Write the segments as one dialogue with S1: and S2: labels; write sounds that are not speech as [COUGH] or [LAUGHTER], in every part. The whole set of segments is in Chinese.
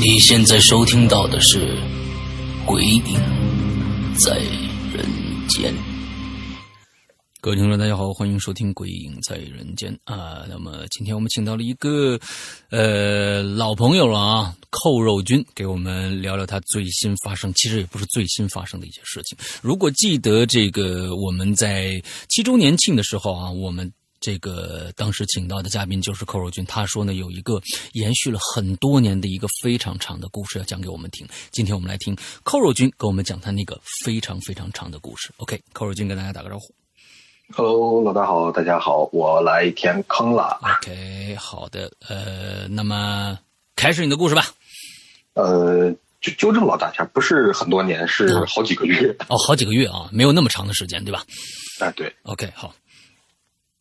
S1: 你现在收听到的是《鬼影在人间》。各位听众，大家好，欢迎收听《鬼影在人间》啊。那么今天我们请到了一个呃老朋友了啊，扣肉君，给我们聊聊他最新发生，其实也不是最新发生的一些事情。如果记得这个我们在七周年庆的时候啊，我们。这个当时请到的嘉宾就是寇若君，他说呢有一个延续了很多年的一个非常长的故事要讲给我们听。今天我们来听寇若君给我们讲他那个非常非常长的故事。OK，寇若君跟大家打个招呼。
S2: Hello，老大好，大家好，我来填坑了。
S1: OK，好的，呃，那么开始你的故事吧。
S2: 呃，就纠正老大一下，不是很多年，是好几个月。 [LAUGHS]
S1: 哦，好几个月啊，没有那么长的时间，对吧
S2: 哎，对，
S1: ？OK，好，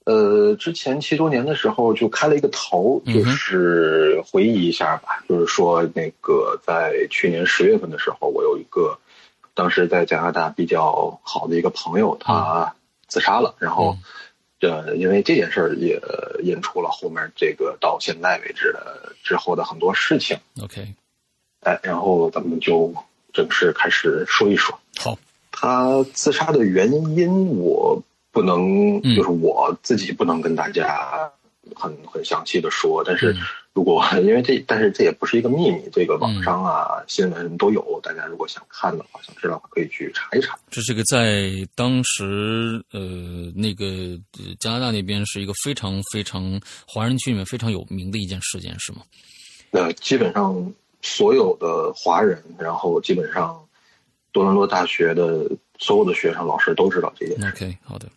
S2: 呃，之前七周年的时候就开了一个头，
S1: 嗯哼
S2: 就是回忆一下吧，就是说那个在去年十月份的时候，我有一个当时在加拿大比较好的一个朋友，
S1: 嗯
S2: 他自杀了，然后。呃，因为这件事儿也引出了后面这个到现在为止的之后的很多事情，
S1: ，OK，
S2: 哎，然后咱们就正式开始说一说
S1: 好，
S2: 他自杀的原因。我不能，
S1: 嗯
S2: 就是我自己不能跟大家很很详细的说，但是
S1: 嗯
S2: 如果 [LAUGHS] 因为这，但是这也不是一个秘密，这个
S1: 嗯
S2: 网上啊、新闻都有，大家如果想看的话，想知道的话可以去查一查。
S1: 这是个在当时呃那个呃加拿大那边是一个非常非常华人区里面非常有名的一件事件，是吗？
S2: 那基本上所有的华人，然后基本上多伦多大学的所有的学生老师都知道这件事。
S1: OK，好的，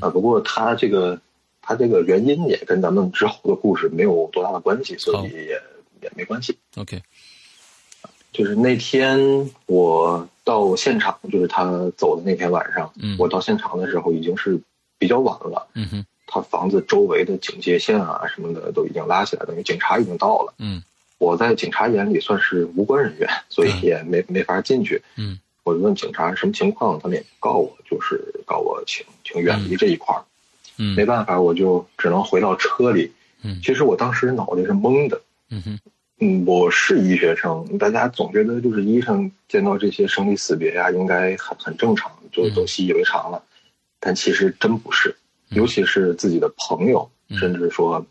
S2: 啊，不过他这个他这个原因也跟咱们之后的故事没有多大的关系，所
S1: 好
S2: 以也也没关系。
S1: ，OK，
S2: 就是那天我到现场，就是他走的那天晚上，
S1: 嗯
S2: 我到现场的时候已经是比较晚了，
S1: 嗯哼，
S2: 他房子周围的警戒线啊什么的都已经拉起来，等于警察已经到了。
S1: 嗯
S2: 我在警察眼里算是无关人员，所以
S1: 嗯
S2: 也没没法进去。
S1: 嗯
S2: 我就问警察什么情况，他们也不告我，就是告我请请远离这一块儿。
S1: 嗯
S2: 没办法，我就只能回到车里。
S1: 嗯
S2: 其实我当时脑袋是懵的。
S1: 嗯哼，
S2: 嗯，我是医学生，大家总觉得就是医生见到这些生离死别呀、应该很很正常，就
S1: 嗯
S2: 都习以为常了。但其实真不是，
S1: 嗯
S2: 尤其是自己的朋友，
S1: 嗯
S2: 甚至说，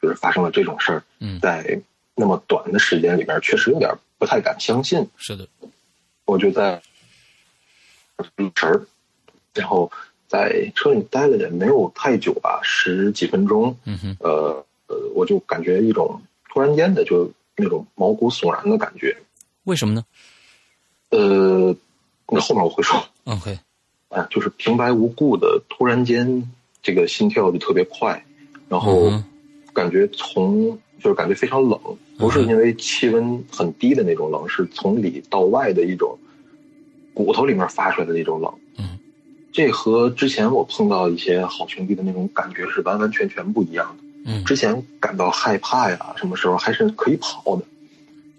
S2: 就是发生了这种事儿，
S1: 嗯
S2: 在那么短的时间里边，确实有点不太敢相信。
S1: 是的，
S2: 我就在入神儿，然后在车里待了也没有太久吧，十几分钟，
S1: 嗯哼，
S2: 呃呃，我就感觉一种突然间的就那种毛骨悚然的感觉，
S1: 为什么呢
S2: 呃，那后面我会说
S1: ？OK，
S2: 啊，就是平白无故的突然间这个心跳就特别快，然后
S1: 嗯
S2: 感觉从就是感觉非常冷，不是
S1: 嗯哼
S2: 因为气温很低的那种冷，是从里到外的一种骨头里面发出来的那种冷。
S1: 嗯，
S2: 这和之前我碰到一些好兄弟的那种感觉是完完全全不一样的。
S1: 嗯
S2: 之前感到害怕呀，什么时候还是可以跑的，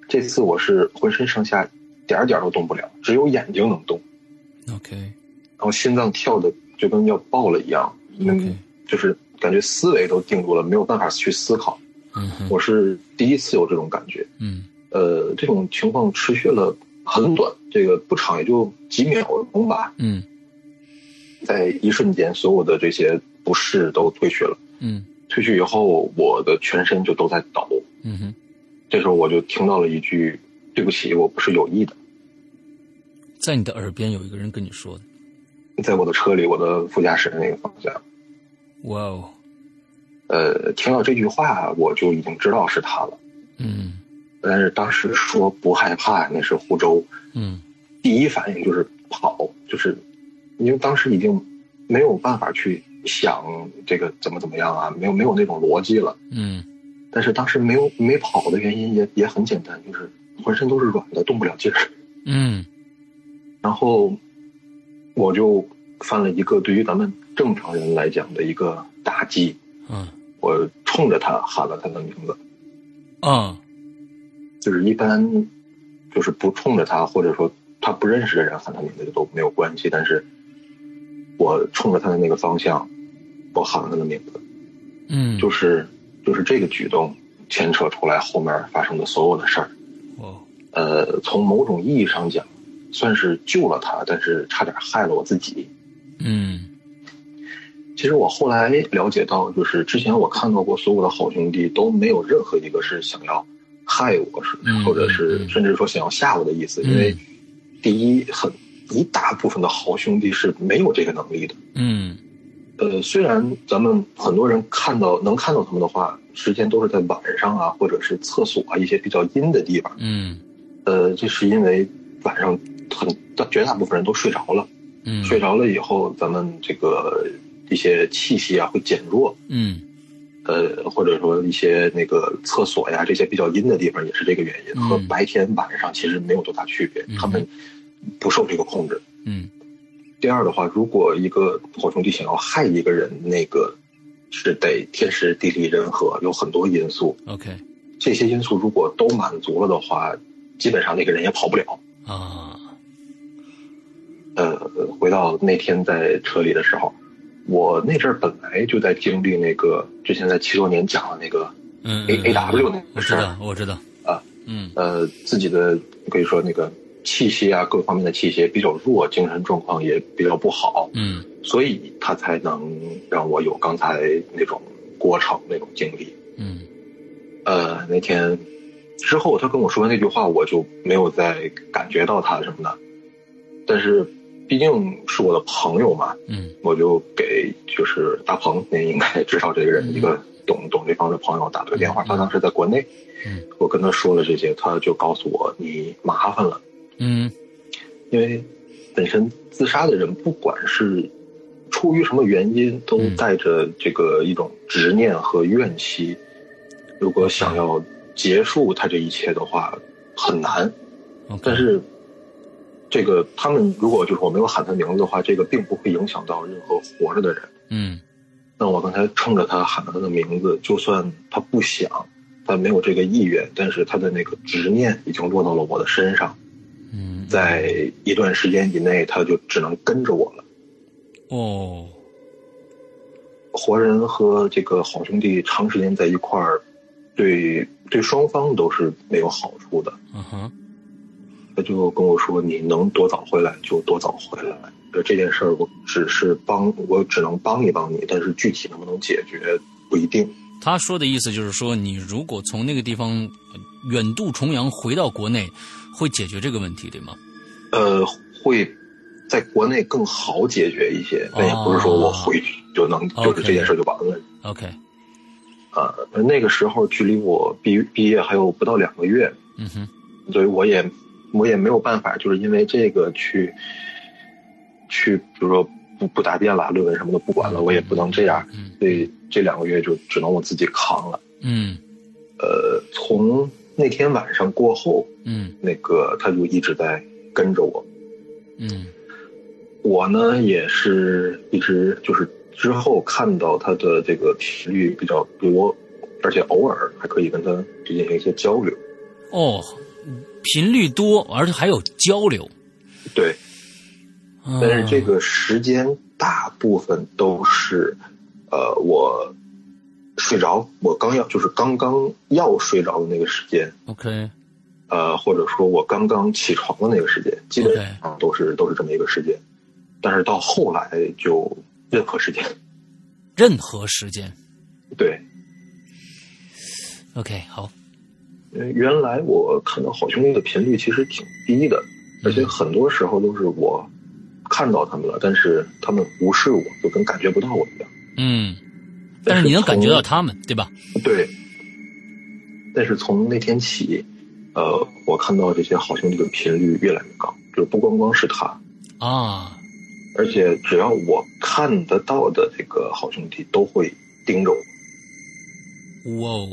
S2: 这次我是浑身上下点儿点儿都动不了，只有眼睛能动，
S1: ，OK
S2: 然后心脏跳的就跟要爆了一样，
S1: OK，
S2: 嗯，就是感觉思维都定住了，没有办法去思考。
S1: 嗯哼，
S2: 我是第一次有这种感觉，
S1: 嗯
S2: 呃，这种情况持续了很短，这个不长，也就几秒钟吧，
S1: 嗯
S2: 在一瞬间，所有的这些不适都退去了。
S1: 嗯
S2: 退去以后，我的全身就都在抖。
S1: 嗯哼，
S2: 这时候我就听到了一句：“对不起，我不是有意的。
S1: 在你的耳边有一个人跟你说的，”
S2: 在我的车里，我的副驾驶的那个方向，
S1: 哇哦，
S2: 呃，听到这句话我就已经知道是他了。
S1: 嗯
S2: 但是当时说不害怕，那是湖州，
S1: 嗯
S2: 第一反应就是跑，就是因为当时已经没有办法去想这个怎么怎么样啊，没有没有那种逻辑了。
S1: 嗯
S2: 但是当时没有没跑的原因也也很简单，就是浑身都是软的，动不了劲儿。
S1: 嗯
S2: 然后我就犯了一个对于咱们正常人来讲的一个打击，
S1: 嗯
S2: 我冲着他喊了他的名字，
S1: 啊
S2: 就是一般就是不冲着他或者说他不认识的人喊他名字都没有关系，但是我冲着他的那个方向，我喊了他的名字，
S1: 嗯，
S2: 就是就是这个举动牵扯出来后面发生的所有的事儿，
S1: 哦
S2: 呃，从某种意义上讲，算是救了他，但是差点害了我自己。
S1: 嗯
S2: 其实我后来了解到，就是之前我看到过所有的好兄弟都没有任何一个是想要害我，是
S1: 嗯
S2: 或者是
S1: 嗯
S2: 甚至说想要吓我的意思，
S1: 嗯
S2: 因为第一，很一大部分的好兄弟是没有这个能力的。
S1: 嗯
S2: 呃，虽然咱们很多人看到能看到他们的话，时间都是在晚上啊，或者是厕所啊一些比较阴的地方。
S1: 嗯
S2: 呃，这是因为晚上很大绝大部分人都睡着了，
S1: 嗯，
S2: 睡着了以后，咱们这个一些气息啊会减弱。
S1: 嗯
S2: 呃，或者说一些那个厕所呀，这些比较阴的地方也是这个原因，
S1: 嗯
S2: 和白天晚上其实没有多大区别
S1: 嗯，
S2: 他们不受这个控制。
S1: 嗯
S2: 第二的话，如果一个好兄弟想要害一个人，那个是得天时地利人和，有很多因素，
S1: ，OK
S2: 这些因素如果都满足了的话，基本上那个人也跑不了。
S1: 啊，
S2: 呃，回到那天在车里的时候，我那阵儿本来就在经历那个之前在七多年讲的那个
S1: 嗯
S2: A A W 那
S1: 我
S2: 个
S1: 知
S2: 事儿，
S1: 道我知道，嗯
S2: 呃，自己的可以说那个气息啊，各方面的气息也比较弱，精神状况也比较不好，
S1: 嗯
S2: 所以他才能让我有刚才那种过程那种经历。
S1: 嗯
S2: 呃，那天之后他跟我说的那句话，我就没有再感觉到他什么的，但是毕竟是我的朋友嘛，
S1: 嗯
S2: 我就给就是大鹏，您应该知道这个人，
S1: 嗯
S2: 一个懂懂这方面的朋友打了个电话，
S1: 嗯
S2: 他当时在国内
S1: 嗯，
S2: 我跟他说了这些，他就告诉我你麻烦了，
S1: 嗯
S2: 因为本身自杀的人不管是出于什么原因，都
S1: 嗯
S2: 带着这个一种执念和怨气，如果想要结束他这一切的话很难，
S1: ，OK，
S2: 但是。这个他
S1: 嗯
S2: 们如果就是我没有喊他名字的话，这个并不会影响到任何活着的人。
S1: 嗯
S2: 那我刚才冲着他喊了他的名字，就算他不想，他没有这个意愿，但是他的那个执念已经落到了我的身上，
S1: 嗯
S2: 在一段时间以内，他就只能跟着我了。
S1: 哦
S2: 活人和这个好兄弟长时间在一块儿，对对双方都是没有好处的。
S1: 嗯哼。
S2: 他就跟我说：“你能多早回来就多早回来。”这件事儿，我只是帮，我只能帮一帮你，但是具体能不能解决不一定。
S1: 他说的意思就是说，你如果从那个地方呃远渡重洋回到国内，会解决这个问题，对吗？
S2: 呃，会在国内更好解决一些，但也不是说我回去就能、
S1: 哦
S2: 就是这
S1: OK
S2: 件事就完了。
S1: OK，
S2: 呃，那个时候距离我毕毕业还有不到两个月，
S1: 嗯哼，
S2: 所以我也我也没有办法，就是因为这个去去，比如说不不答辩了，论文什么的不管了，我也不能这样，
S1: 嗯
S2: 所以这两个月就只能我自己扛了。
S1: 嗯
S2: 呃，从那天晚上过后，
S1: 嗯
S2: 那个他就一直在跟着我，
S1: 嗯
S2: 我呢也是一直就是之后看到他的这个频率比较多，而且偶尔还可以跟他进行一些交流。
S1: 哦，频率多，而且还有交流。
S2: 对，
S1: 啊
S2: 但是这个时间大部分都是，呃，我睡着，我刚要就是刚刚要睡着的那个时间，
S1: OK，
S2: 呃，或者说我刚刚起床的那个时间，基本上都是都是这么一个时间。但是到后来就任何时间，
S1: 任何时间
S2: 对，
S1: OK 好，
S2: 呃原来我看到好兄弟的频率其实挺低的，而且很多时候都是我看到他们了，但是他们无视我，就跟感觉不到我一样。
S1: 嗯但是你能感觉到他们，对吧？
S2: 对。但是从那天起，呃，我看到这些好兄弟的频率越来越高，就不光光是他
S1: 啊，
S2: 而且只要我看得到的这个好兄弟都会盯着
S1: 我。哇哦！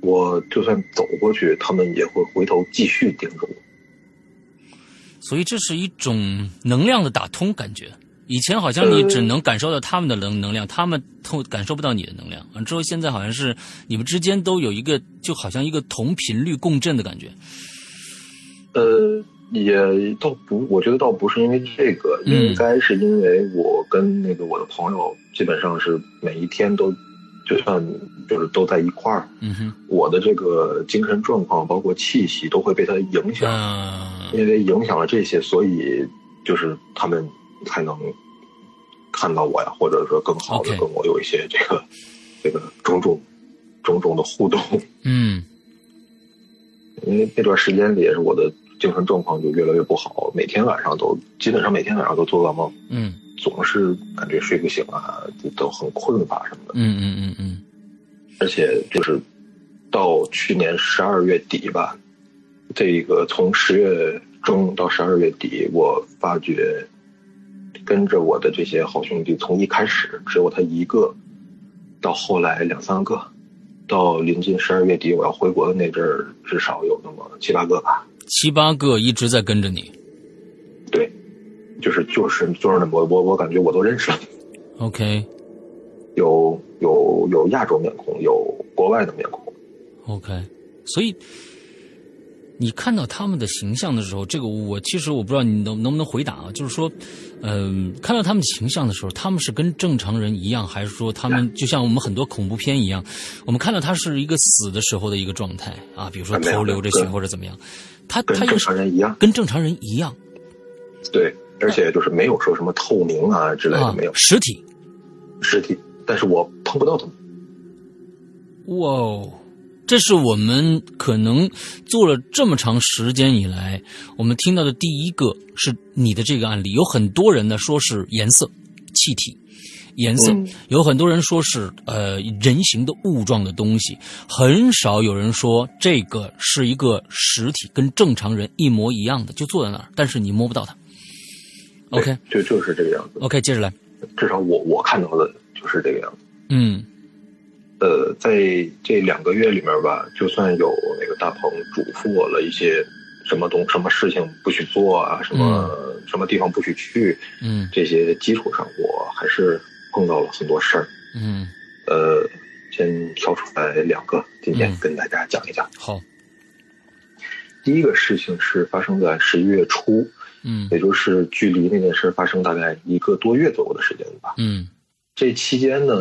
S2: 我就算走过去，他们也会回头继续盯着我。
S1: 所以这是一种能量的打通感觉。以前好像你只能感受到他们的能能量，他们透感受不到你的能量。完之后，现在好像是你们之间都有一个，就好像一个同频率共振的感觉。
S2: 呃，也倒不，我觉得倒不是因为这个，应该是因为我跟那个我的朋友基本上是每一天都，就算就是都在一块儿。
S1: 嗯哼，
S2: 我的这个精神状况，包括气息，都会被他影响。
S1: 嗯、
S2: 因为影响了这些，所以就是他们。才能看到我呀，或者说更好的跟我有一些这个这个种种种种的互动。
S1: 嗯，
S2: 因为那段时间里也是我的精神状况就越来越不好，每天晚上都基本上每天晚上都做噩梦。
S1: 嗯，
S2: 总是感觉睡不醒啊，就都很困乏什么的。
S1: 嗯嗯嗯嗯。
S2: 而且就是到去年十二月底吧，这个从十月中到十二月底，我发觉。跟着我的这些好兄弟，从一开始只有他一个，到后来两三个，到临近十二月底我要回国的那阵儿，至少有那么七八个吧。
S1: 七八个一直在跟着你。
S2: 对，就是就是就是那我我我感觉我都认识了。
S1: OK
S2: 有。有有有亚洲面孔，有国外的面孔。
S1: OK，所以。你看到他们的形象的时候，这个我其实我不知道你能能不能回答啊，就是说，嗯、呃，看到他们的形象的时候，他们是跟正常人一样，还是说他
S2: 嗯
S1: 们就像我们很多恐怖片一样，我们看到他是一个死的时候的一个状态啊，比如说头流着血或者怎么样，他嗯
S2: 跟正常人一样，
S1: 跟正常人一样，
S2: 对，而且就是没有说什么透明啊之类的，
S1: 嗯
S2: 没有、啊、
S1: 实体，
S2: 实体，但是我碰不到他们，
S1: 哇、哦。这是我们可能做了这么长时间以来，我们听到的第一个是你的这个案例。有很多人呢说是颜色、气体、颜色，
S2: 嗯、
S1: 有很多人说是呃人形的物状的东西，很少有人说呃这个是一个实体，跟正常人一模一样的，就坐在那儿，但是你摸不到它。OK，
S2: 就就是这个样子。
S1: OK，接着来。
S2: 至少我我看到的就是这个样子。
S1: 嗯。
S2: 呃，在这两个月里面吧，就算有那个大鹏嘱咐我了一些什么东什么事情不许做啊，什么、
S1: 嗯、
S2: 什么地方不许去，
S1: 嗯，
S2: 这些基础上，我还是碰到了很多事儿，
S1: 嗯，
S2: 呃，先挑出来两个，今天跟大家讲一讲。
S1: 好、嗯，
S2: 第一个事情是发生在十一月初，
S1: 嗯，
S2: 也就是距离那件事发生大概一个多月左右的时间吧，
S1: 嗯。
S2: 这期间呢，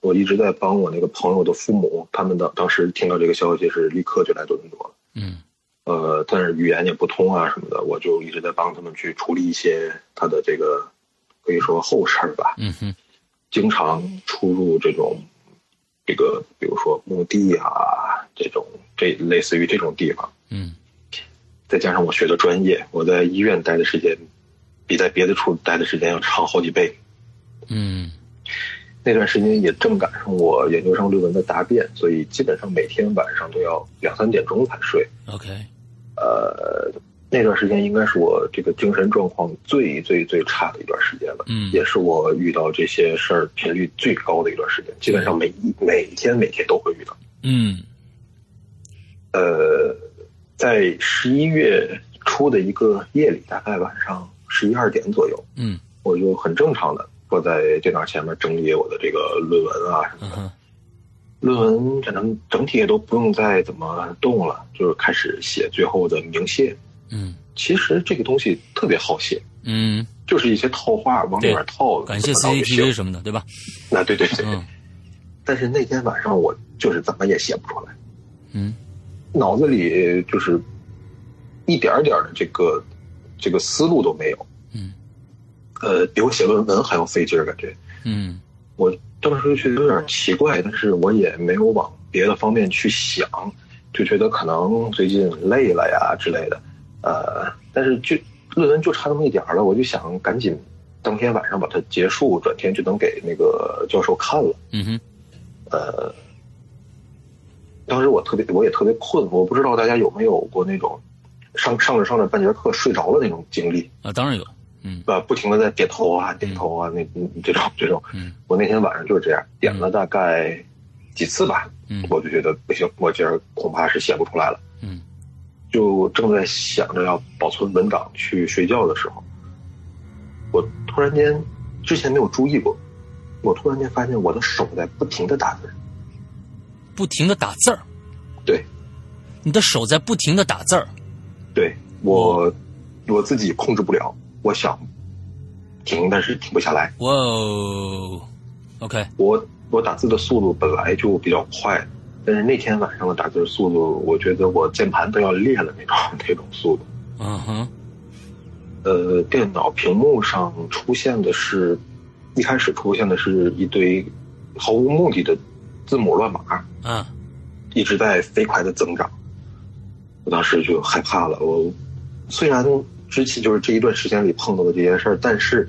S2: 我一直在帮我那个朋友的父母，他们当当时听到这个消息是立刻就来多伦多了，
S1: 嗯，
S2: 呃，但是语言也不通啊什么的，我就一直在帮他们去处理一些他的这个可以说后事儿吧，
S1: 嗯哼，
S2: 经常出入这种这个比如说墓地啊这种这类似于这种地方，
S1: 嗯，
S2: 再加上我学的专业，我在医院待的时间比在别的处待的时间要长好几倍，
S1: 嗯。
S2: 那段时间也正赶上我研究生论文的答辩，所以基本上每天晚上都要两三点钟才睡。
S1: OK，
S2: 呃，那段时间应该是我这个精神状况最最最差的一段时间了，
S1: 嗯，
S2: 也是我遇到这些事儿频率最高的一段时间，基本上每一每天每天都会遇到。
S1: 嗯，
S2: 呃，在十一月初的一个夜里，大概晚上十一二点左右，
S1: 嗯，
S2: 我就很正常的。坐在电脑前面整理我的这个论文啊什么
S1: 嗯
S2: 的，论文整整体也都不用再怎么动了，就是开始写最后的明谢。
S1: 嗯，
S2: 其实这个东西特别好写，
S1: 嗯，
S2: 就是一些套话往里面套，
S1: 感谢 CCTV 什么的，对吧？
S2: 那对对对。
S1: 嗯、
S2: 但是那天晚上我就是怎么也写不出来，
S1: 嗯，
S2: 脑子里就是一点点的这个这个思路都没有，
S1: 嗯。
S2: 呃，比我写论文还要费劲儿，感觉。
S1: 嗯，
S2: 我当时觉得有点奇怪，但是我也没有往别的方面去想，就觉得可能最近累了呀之类的。呃，但是就论文就差那么一点儿了，我就想赶紧当天晚上把它结束，转天就能给那个教授看了。
S1: 嗯哼。
S2: 呃，当时我特别，我也特别困，我不知道大家有没有过那种上上着上着半节课睡着了那种经历
S1: 啊？当然有，嗯，
S2: 呃，不停的在点头啊、点头啊，那 [LAUGHS] 这种这种，
S1: 嗯，
S2: 我那天晚上就是这样，点了大概几次吧，
S1: 嗯
S2: 我就觉得不行，我今儿恐怕是写不出来了，
S1: 嗯，
S2: 就正在想着要保存文档去睡觉的时候，我突然间之前没有注意过，我突然间发现我的手在不停的打字儿，
S1: 不停的打字儿，
S2: 对
S1: 你的手在不停的打字儿，
S2: 对，我我自己控制不了，我想停，但是停不下来，
S1: 哇哦，OK，
S2: 我我打字的速度本来就比较快。但是那天晚上的打字速度，我觉得我键盘都要裂了那种 [LAUGHS] 那种速度。
S1: 嗯哼，
S2: 呃，电脑屏幕上出现的是，一开始出现的是一堆毫无目的的字母乱码，
S1: 嗯
S2: 一直在飞快的增长。我当时就害怕了。我虽然之前就是这一段时间里碰到的这件事儿，但是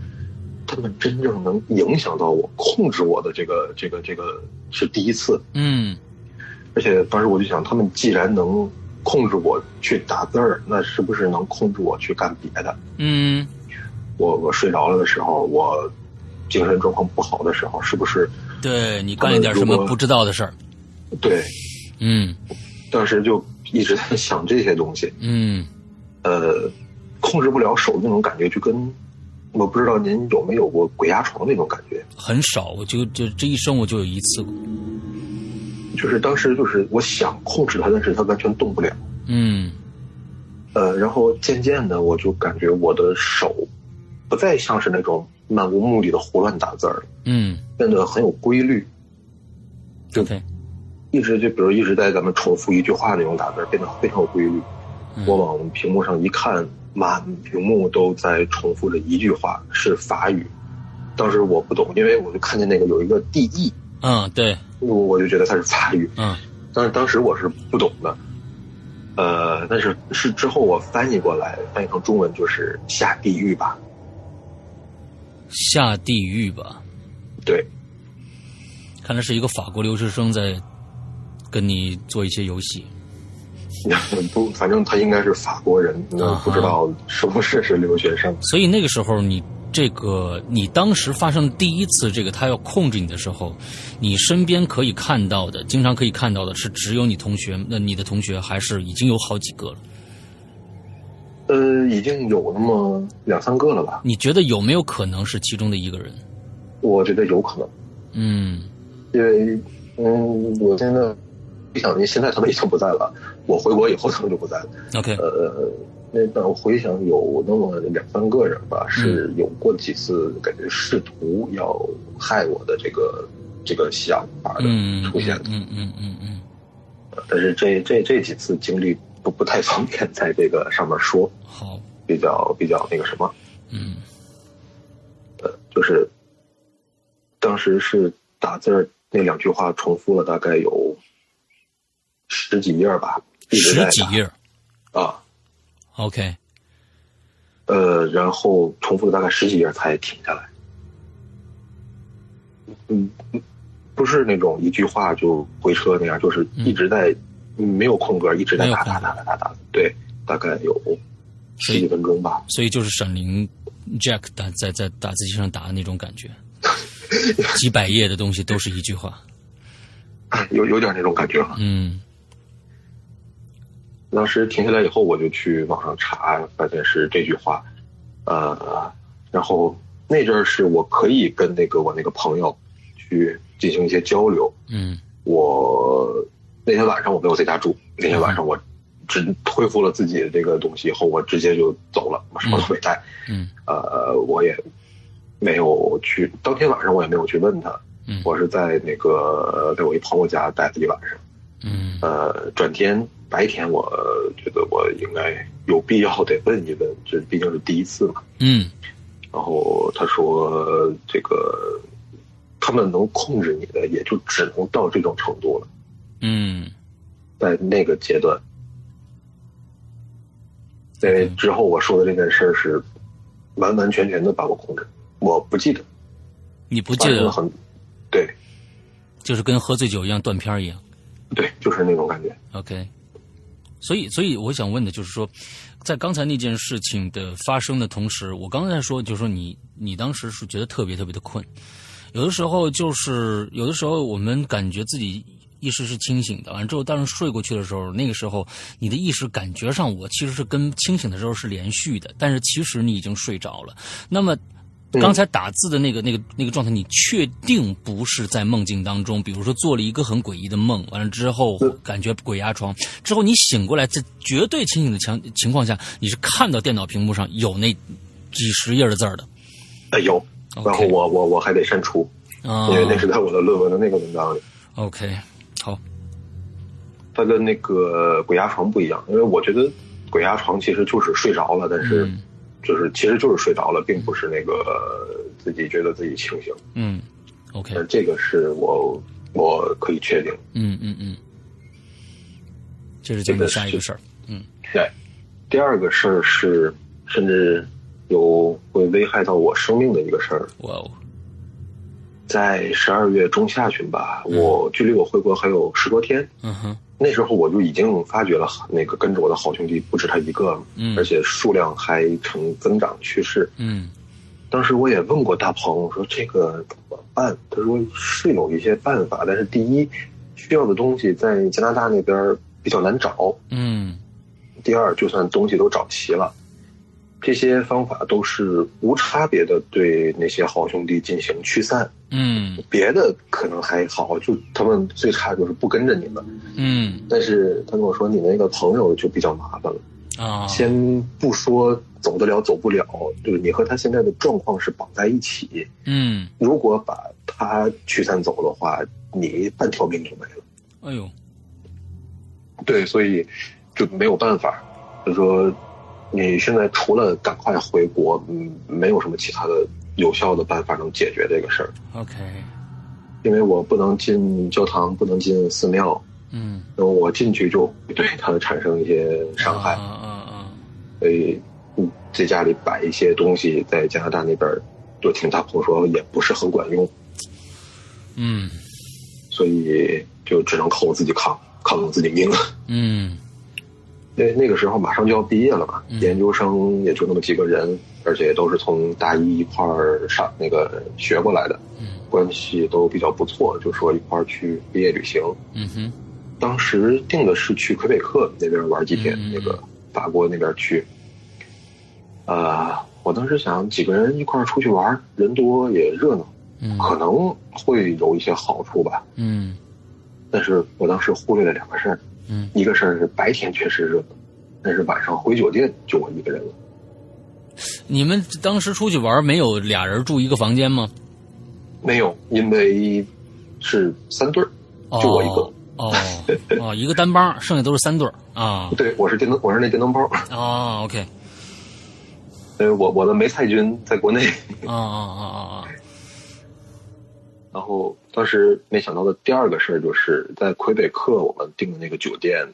S2: 他们真正能影响到我、控制我的这个、这个、这个是第一次。
S1: 嗯
S2: 而且当时我就想，他们既然能控制我去打字儿，那是不是能控制我去干别的？
S1: 嗯
S2: 我我睡着了的时候，我精神状况不好的时候，是不是
S1: 对你干一点什么不知道的事儿，
S2: 对？
S1: 嗯
S2: 当时就一直在想这些东西，
S1: 嗯
S2: 呃，控制不了手的那种感觉，就跟我不知道您有没有过鬼压床那种感觉，
S1: 很少，我就就这一生我就有一次过，
S2: 就是当时就是我想控制它，但是它完全动不了。
S1: 嗯
S2: 呃，然后渐渐的我就感觉我的手不再像是那种漫无目的的胡乱打字儿了，
S1: 嗯
S2: 变得很有规律，就
S1: ，OK，
S2: 一直就比如一直在咱们重复一句话那种打字，变得非常有规律。
S1: 嗯
S2: 我往屏幕上一看，满屏幕都在重复着一句话，是法语。当时我不懂，因为我就看见那个有一个 D E，
S1: 嗯对，
S2: 我我就觉得它是法语，
S1: 嗯
S2: 但是当时我是不懂的。呃，但是是之后我翻译过来，翻译成中文就是下地狱吧。
S1: 下地狱吧，
S2: 对，
S1: 看来是一个法国留学生在跟你做一些游戏，
S2: 不，反正他应该是法国人，那不知道是不是是留学生。
S1: 所以那个时候你这个你当时发生第一次这个他要控制你的时候，你身边可以看到的，经常可以看到的是只有你同学，那你的同学还是已经有好几个了。
S2: 呃，已经有那么两三个了吧？
S1: 你觉得有没有可能是其中的一个人？
S2: 我觉得有可能。
S1: 嗯
S2: 因为，嗯，我现在不想，因为现在他们已经不在了。我回国以后，他们就不在了。
S1: ，OK，
S2: 呃，那但我回想有那么两三个人吧，
S1: 嗯
S2: 是有过几次感觉试图要害我的这个这个想法的
S1: 嗯
S2: 出现的，
S1: 嗯嗯嗯嗯
S2: 但是这这这几次经历不不太方便在这个上面说，
S1: 嗯，好，
S2: 比较比较那个什么，
S1: 嗯
S2: 就是当时是打字儿那两句话重复了大概有十几页儿吧，一直在
S1: 十
S2: 打
S1: 几页
S2: 啊，
S1: ，OK，
S2: 呃，然后重复了大概十几页才停下来。嗯，不是那种一句话就回车那样，就是一直在、嗯没有空格，一直在打打打打打打，对，大概有十几分钟吧。
S1: 所以就是闪灵 Jack 打在在打字机上打的那种感觉，几百页的东西都是一句话。
S2: 有有点那种感觉了。
S1: 嗯
S2: 当时停下来以后，我就去网上查，发现是这句话，呃，然后那阵儿是我可以跟那个我那个朋友去进行一些交流，
S1: 嗯
S2: 我那天晚上我没有在家住，那天晚上我只恢复了自己的这个东西以后，我直接就走了，我什么都没带。
S1: 嗯
S2: 呃，我也没有去，当天晚上我也没有去问他，
S1: 嗯
S2: 我是在那个呃在我一朋友家待了一晚上。
S1: 嗯
S2: 呃，转天白天我觉得我应该有必要得问一问，这毕竟是第一次嘛。
S1: 嗯
S2: 然后他说这个他们能控制你的也就只能到这种程度了。
S1: 嗯
S2: 在那个阶段，因为
S1: 嗯
S2: 之后我说的这件事儿是完完全全的把我控制，我不记得
S1: 你不记
S2: 发生
S1: 得
S2: 了很，对，
S1: 这就是跟喝醉酒一样断片儿一样。
S2: 对，就是那种感觉。
S1: OK，所以，所以我想问的就是说，在刚才那件事情的发生的同时，我刚才说，就是说你，你当时是觉得特别特别的困，有的时候就是有的时候我们感觉自己意识是清醒的，完了之后，但是睡过去的时候，那个时候你的意识感觉上我其实是跟清醒的时候是连续的，但是其实你已经睡着了。那么
S2: 嗯
S1: 刚才打字的那个、那个、那个状态，你确定不是在梦境当中？比如说做了一个很诡异的梦，完了之后
S2: 嗯
S1: 感觉鬼压床，之后你醒过来，在绝对清醒的情情况下，你是看到电脑屏幕上有那几十页的字儿的。
S2: 哎有，然后我我我还得删除，
S1: 啊
S2: 因为那是在我的论文的那个文章里。
S1: OK，好，
S2: 它跟那个鬼压床不一样，因为我觉得鬼压床其实就是睡着了，但是
S1: 嗯
S2: 就是其实就是睡着了，并不是那个自己觉得自己清醒。
S1: 嗯，OK，
S2: 但这个是我我可以确定。
S1: 嗯嗯嗯，这是讲你下一个事儿。
S2: 对，第二个事儿是甚至有会危害到我生命的一个事儿，
S1: 哇哦，
S2: 在十二月中下旬吧，我距离我回国还有十多天。
S1: 嗯哼，
S2: 那时候我就已经发觉了，那个跟着我的好兄弟不止他一个，
S1: 嗯
S2: 而且数量还呈增长趋势。
S1: 嗯
S2: 当时我也问过大鹏，我说这个怎么办？他说是有一些办法，但是第一，需要的东西在加拿大那边比较难找；
S1: 嗯
S2: 第二，就算东西都找齐了，这些方法都是无差别的对那些好兄弟进行驱散，
S1: 嗯
S2: 别的可能还好，就他们最差就是不跟着你们。
S1: 嗯
S2: 但是他跟我说，你那个朋友就比较麻烦了。
S1: 啊，
S2: 先不说走得了走不了，就是你和他现在的状况是绑在一起。
S1: 嗯，
S2: 如果把他驱散走的话，你半条命就没了。
S1: 哎呦，
S2: 对，所以就没有办法。就说你现在除了赶快回国，嗯，没有什么其他的有效的办法能解决这个事儿。
S1: OK，
S2: 因为我不能进教堂，不能进寺庙，
S1: 嗯，
S2: 那我进去就会对他产生一些伤害，
S1: 啊啊啊，
S2: 所以嗯，在家里摆一些东西，在加拿大那边儿，就听大鹏说也不是很管用，
S1: 嗯
S2: 所以就只能靠我自己扛，扛我自己命。
S1: 嗯
S2: 因为那个时候马上就要毕业了嘛，
S1: 嗯
S2: 研究生也就那么几个人，而且都是从大一一块儿上那个学过来的，
S1: 嗯
S2: 关系都比较不错，就说一块儿去毕业旅行。
S1: 嗯哼，
S2: 当时定的是去魁北克那边玩几天，
S1: 嗯嗯嗯
S2: 那个法国那边去。呃，我当时想几个人一块儿出去玩，人多也热闹，
S1: 嗯
S2: 可能会有一些好处吧。
S1: 嗯
S2: 但是我当时忽略了两个事儿，
S1: 嗯
S2: 一个事儿是白天确实热闹，但是晚上回酒店就我一个人了。
S1: 你们当时出去玩没有俩人住一个房间吗？
S2: 没有，因为是三对儿，就我一个。
S1: 哦哦，一个单帮，剩下都是三对儿啊
S2: 对，我是电灯，我是那电灯泡。
S1: 啊，OK，
S2: 呃，我我的梅菜菌在国内， [LAUGHS]
S1: 啊啊啊啊啊，
S2: 然后当时没想到的第二个事儿就是在魁北克我们订的那个酒店，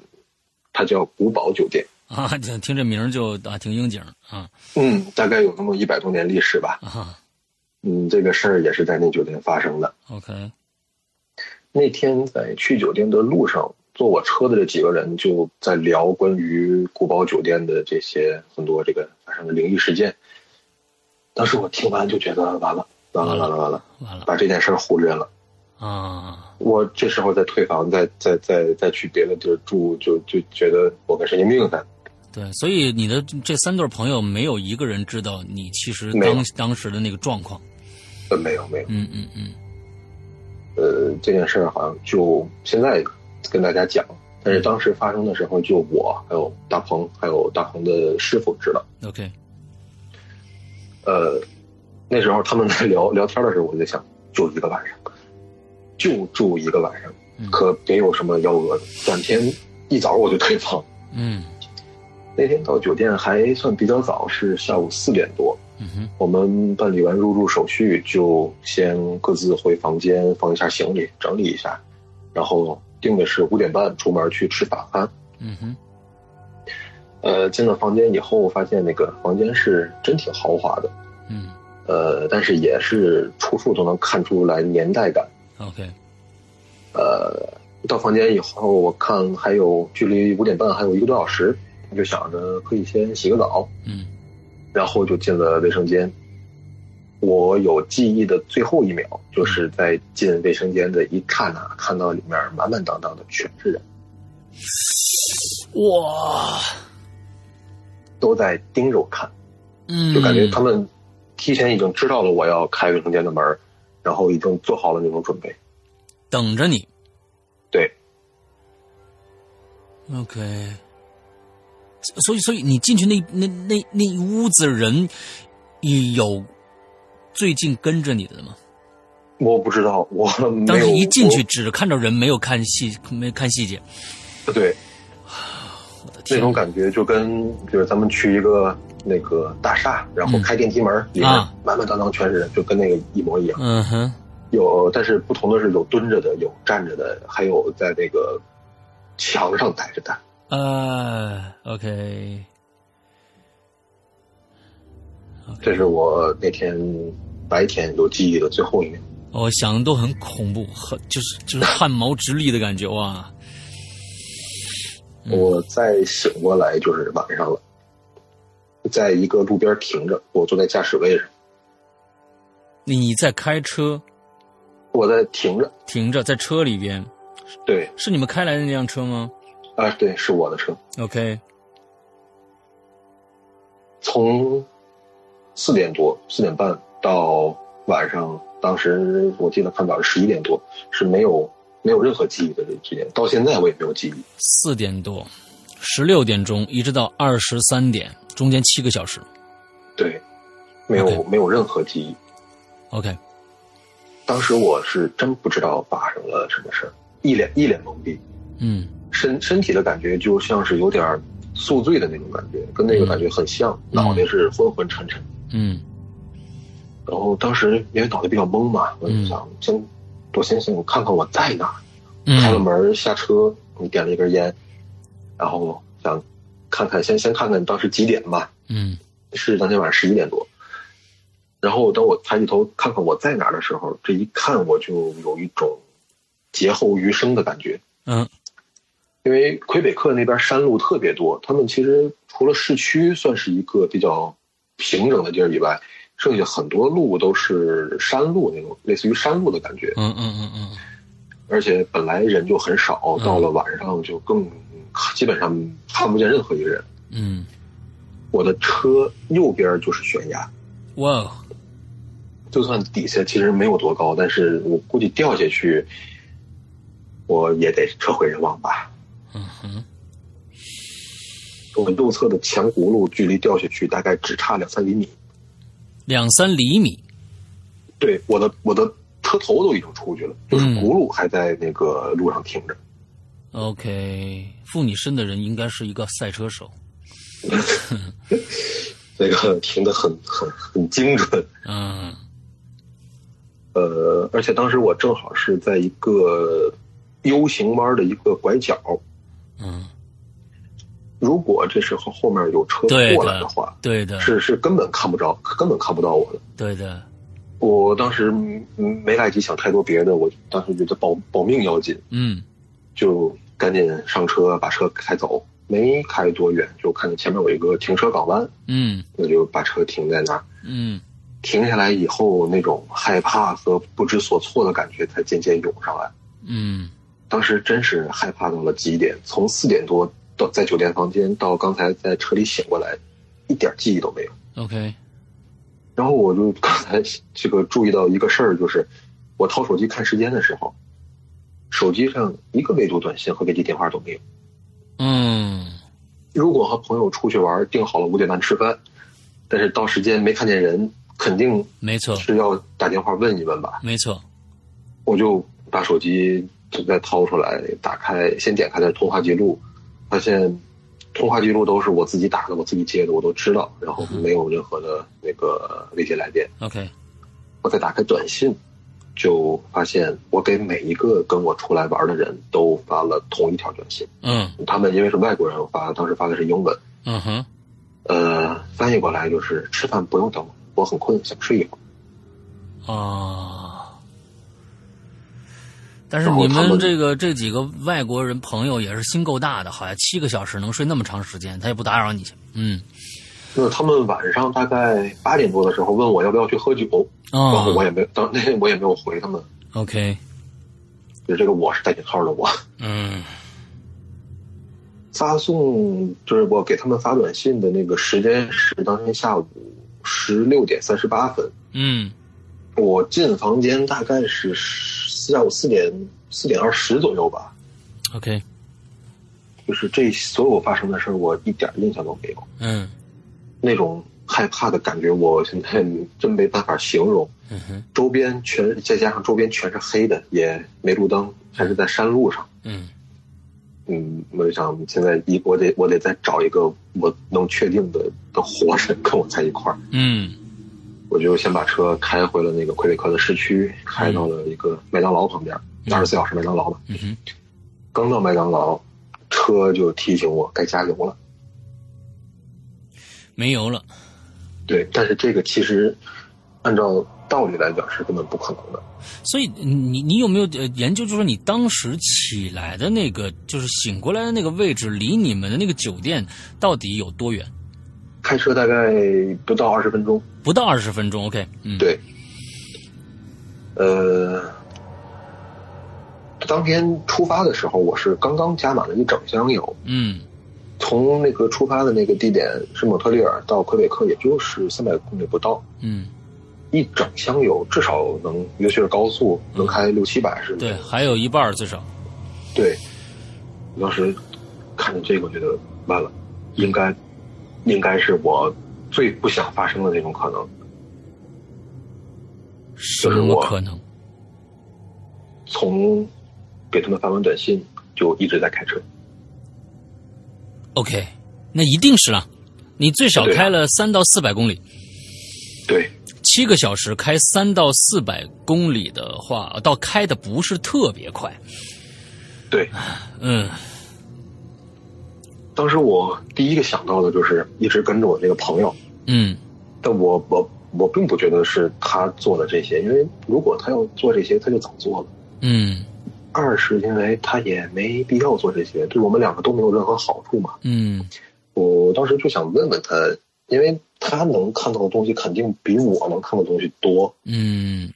S2: 它叫古堡酒店，
S1: 啊，听听这名儿就啊挺应景儿啊
S2: 嗯，大概有那么一百多年历史吧。
S1: 啊
S2: 嗯，这个事儿也是在那酒店发生的。
S1: ，OK，
S2: 那天在去酒店的路上，坐我车的这几个人就在聊关于古堡酒店的这些很多这个发生的灵异事件。当时我听完就觉得完了，完了，完了，完了，
S1: 完了
S2: 把这件事儿忽略了。
S1: 啊，
S2: 我这时候再退房，再再再再去别的地儿住，就就觉得我跟神经病似的。
S1: 对，所以你的这三对儿朋友没有一个人知道你其实
S2: 没有
S1: 当当时的那个状况，
S2: 呃，没有没有，
S1: 嗯嗯嗯
S2: 呃，这件事儿好像就现在跟大家讲，但是当时发生的时候，就我还有大鹏，还有大鹏的师傅知道。
S1: ，OK，
S2: 呃，那时候他们在聊聊天的时候，我就想，就一个晚上，就住一个晚上
S1: 嗯，
S2: 可别有什么幺蛾子。转天一早我就退房。
S1: 嗯
S2: 那天到酒店还算比较早，是下午四点多。
S1: 嗯哼
S2: 我们办理完入住手续，就先各自回房间放一下行李，整理一下，然后定的是五点半出门去吃法餐。
S1: 嗯哼。
S2: 呃，进了房间以后，发现那个房间是真挺豪华的，
S1: 嗯
S2: 呃，但是也是处处都能看出来年代感。
S1: ，OK，
S2: 呃，到房间以后，我看还有距离五点半还有一个多小时，我就想着可以先洗个澡，
S1: 嗯，
S2: 然后就进了卫生间。我有记忆的最后一秒，就是在进卫生间的一刹那，看到里面满满当当的全是人，
S1: 哇，
S2: 都在盯着我看，
S1: 嗯，
S2: 就感觉他们提前已经知道了我要开卫生间的门，然后已经做好了那种准备。
S1: 等着你。
S2: 对，
S1: OK，所所以所以你进去那那那那一屋子人，有最近跟着你的吗？
S2: 我不知道，我没有
S1: 当时一进去只看着人，没有看细，没看细节。
S2: 我对
S1: 我的天
S2: 那种感觉就跟就是咱们去一个那个大厦，然后开电梯门，里面
S1: 嗯啊
S2: 满满当当全是人，就跟那个一模一样。
S1: 嗯哼，
S2: 有，但是不同的是有蹲着的，有站着的，还有在那个墙上待着的。
S1: 呃，OK，
S2: 这是我那天白天有记忆的最后一面。
S1: 我想的都很恐怖，很就是就是汗毛直立的感觉哇。嗯
S2: 我再醒过来就是晚上了，在一个路边停着，我坐在驾驶位上，
S1: 你在开车
S2: 我在停着。
S1: 停着，在车里边，
S2: 对，
S1: 是你们开来的那辆车吗
S2: 啊，对，是我的车。
S1: ？OK，
S2: 从四点多、四点半到晚上，当时我记得看表是十一点多，是没有没有任何记忆的这之间，到现在我也没有记忆。
S1: 四点多，十六点钟一直到二十三点，中间七个小时。
S2: 对，没有
S1: OK
S2: 没有任何记忆。
S1: OK，
S2: 当时我是真不知道发生了什么事儿，一脸一脸懵逼，
S1: 嗯
S2: 身身体的感觉就像是有点儿宿醉的那种感觉，跟那个感觉很像，脑袋是昏昏沉沉。
S1: 嗯
S2: 然后当时因为脑袋比较懵嘛，我就想先，我先想看看我在哪儿。开了
S1: 嗯
S2: 门下车，你点了一根烟，然后想看看先先看看当时几点吧，
S1: 嗯
S2: 是当天晚上十一点多。然后当我抬起头看看我在哪儿的时候，这一看我就有一种劫后余生的感觉，
S1: 嗯
S2: 因为魁北克那边山路特别多，他们其实除了市区算是一个比较平整的地儿以外，剩下很多路都是山路那种类似于山路的感觉。
S1: 嗯嗯嗯
S2: 而且本来人就很少
S1: 嗯，
S2: 到了晚上就更基本上看不见任何一个人。
S1: 嗯，
S2: 我的车右边就是悬崖，
S1: 哇哦，
S2: 就算底下其实没有多高，但是我估计掉下去，我也得车毁人亡吧。
S1: 嗯哼，
S2: 我右侧的前轱辘距离掉下去大概只差两三厘米，
S1: 两三厘米，
S2: 对，我的我的车头都已经出去了，就是
S1: 嗯
S2: 轱辘还在那个路上停着。
S1: OK，附你身的人应该是一个赛车手。
S2: 那个停的很很很精准，
S1: 嗯
S2: 呃，而且当时我正好是在一个 U 型弯的一个拐角，
S1: 嗯，
S2: 如果这时候后面有车
S1: 对
S2: 过来
S1: 的
S2: 的话，
S1: 对的，
S2: 是是根本看不着，根本看不到我的。
S1: 对的，
S2: 我当时嗯没来得及想太多别的，我当时觉得保保命要紧，
S1: 嗯
S2: 就赶紧上车把车开走。没开多远，就看见前面有一个停车港湾，
S1: 嗯
S2: 我就把车停在那儿。
S1: 嗯
S2: 停下来以后，那种害怕和不知所措的感觉才渐渐涌上来。
S1: 嗯
S2: 当时真是害怕到了极点，从四点多到在酒店房间到刚才在车里醒过来，一点记忆都没有。
S1: ，OK，
S2: 然后我就刚才这个注意到一个事儿，就是我掏手机看时间的时候，手机上一个未读短信和未接电话都没有。
S1: 嗯
S2: 如果和朋友出去玩，定好了五点半吃饭，但是到时间没看见人，肯定
S1: 没错
S2: 是要打电话问一问吧。
S1: 没错，
S2: 我就把手机就再掏出来，打开，先点开的通话记录，发现通话记录都是我自己打的，我自己接的，我都知道，然后没有任何的那个未接来电。
S1: OK，
S2: 我再打开短信，就发现我给每一个跟我出来玩的人都发了同一条短信。
S1: 嗯
S2: 他们因为是外国人，我发当时发的是英文，
S1: 嗯哼，
S2: 呃，翻译过来就是吃饭不用等我，我很困，想睡一会儿。
S1: 啊，但是你们这个这几个外国人朋友也是心够大的，好像七个小时能睡那么长时间，他也不打扰你去。嗯，
S2: 就是他们晚上大概八点多的时候问我要不要去喝酒，
S1: 哦
S2: 然后我也没当那天我也没有回他们，
S1: ，OK，
S2: 就这个我是带引号的我。
S1: 嗯
S2: 发送就是我给他们发短信的那个时间是当天下午十六点三十八分，
S1: 嗯
S2: 我进房间大概是下午四点四点二十左右吧。
S1: ，OK，
S2: 就是这所有发生的事儿，我一点印象都没有，
S1: 嗯
S2: 那种害怕的感觉，我现在 [LAUGHS] 真没办法形容。
S1: 嗯哼
S2: 周边全再加上周边全是黑的，也没路灯，还是在山路上。
S1: 嗯
S2: 嗯，我就想现在一我得我得再找一个我能确定的的活人跟我在一块儿。
S1: 嗯
S2: 我就先把车开回了那个魁北克的市区，开到了一个麦当劳旁边，二十四小时麦当劳嘛。
S1: 嗯哼，
S2: 刚到麦当劳，车就提醒我该加油了。
S1: 没油了，
S2: 对，但是这个其实按照道理来讲是根本不可能的。
S1: 所以你你有没有呃研究，就是说你当时起来的那个，就是醒过来的那个位置，离你们的那个酒店到底有多远？
S2: 开车大概不到二十分钟，
S1: 不到二十分钟，OK，嗯，，
S2: 对，呃，当天出发的时候，我是刚刚加满了一整箱油，
S1: 嗯
S2: 从那个出发的那个地点是蒙特利尔到魁北克，也就是三百公里不到。
S1: 嗯，
S2: 一整箱油至少能，尤其是高速能开六七百是吗？
S1: 对，还有一半儿至少，
S2: 对，我当时看着这个，我觉得完了，应该应该是我最不想发生的那种可能。
S1: 什
S2: 就是
S1: 么
S2: 我
S1: 可能？
S2: 从给他们发完短信就一直在开车，
S1: OK，那一定是了。你最少
S2: 对啊
S1: 开了三到四百公里，
S2: 对
S1: 七个小时开三到四百公里的话，倒开的不是特别快。
S2: 对。
S1: 嗯
S2: 当时我第一个想到的就是一直跟着我这个朋友，
S1: 嗯
S2: 但我我我并不觉得是他做的这些，因为如果他要做这些，他就早做了。
S1: 嗯
S2: 二是因为他也没必要做这些，对我们两个都没有任何好处嘛。
S1: 嗯
S2: 我当时就想问问他，因为他能看到的东西肯定比我能看到的东西多。
S1: 嗯，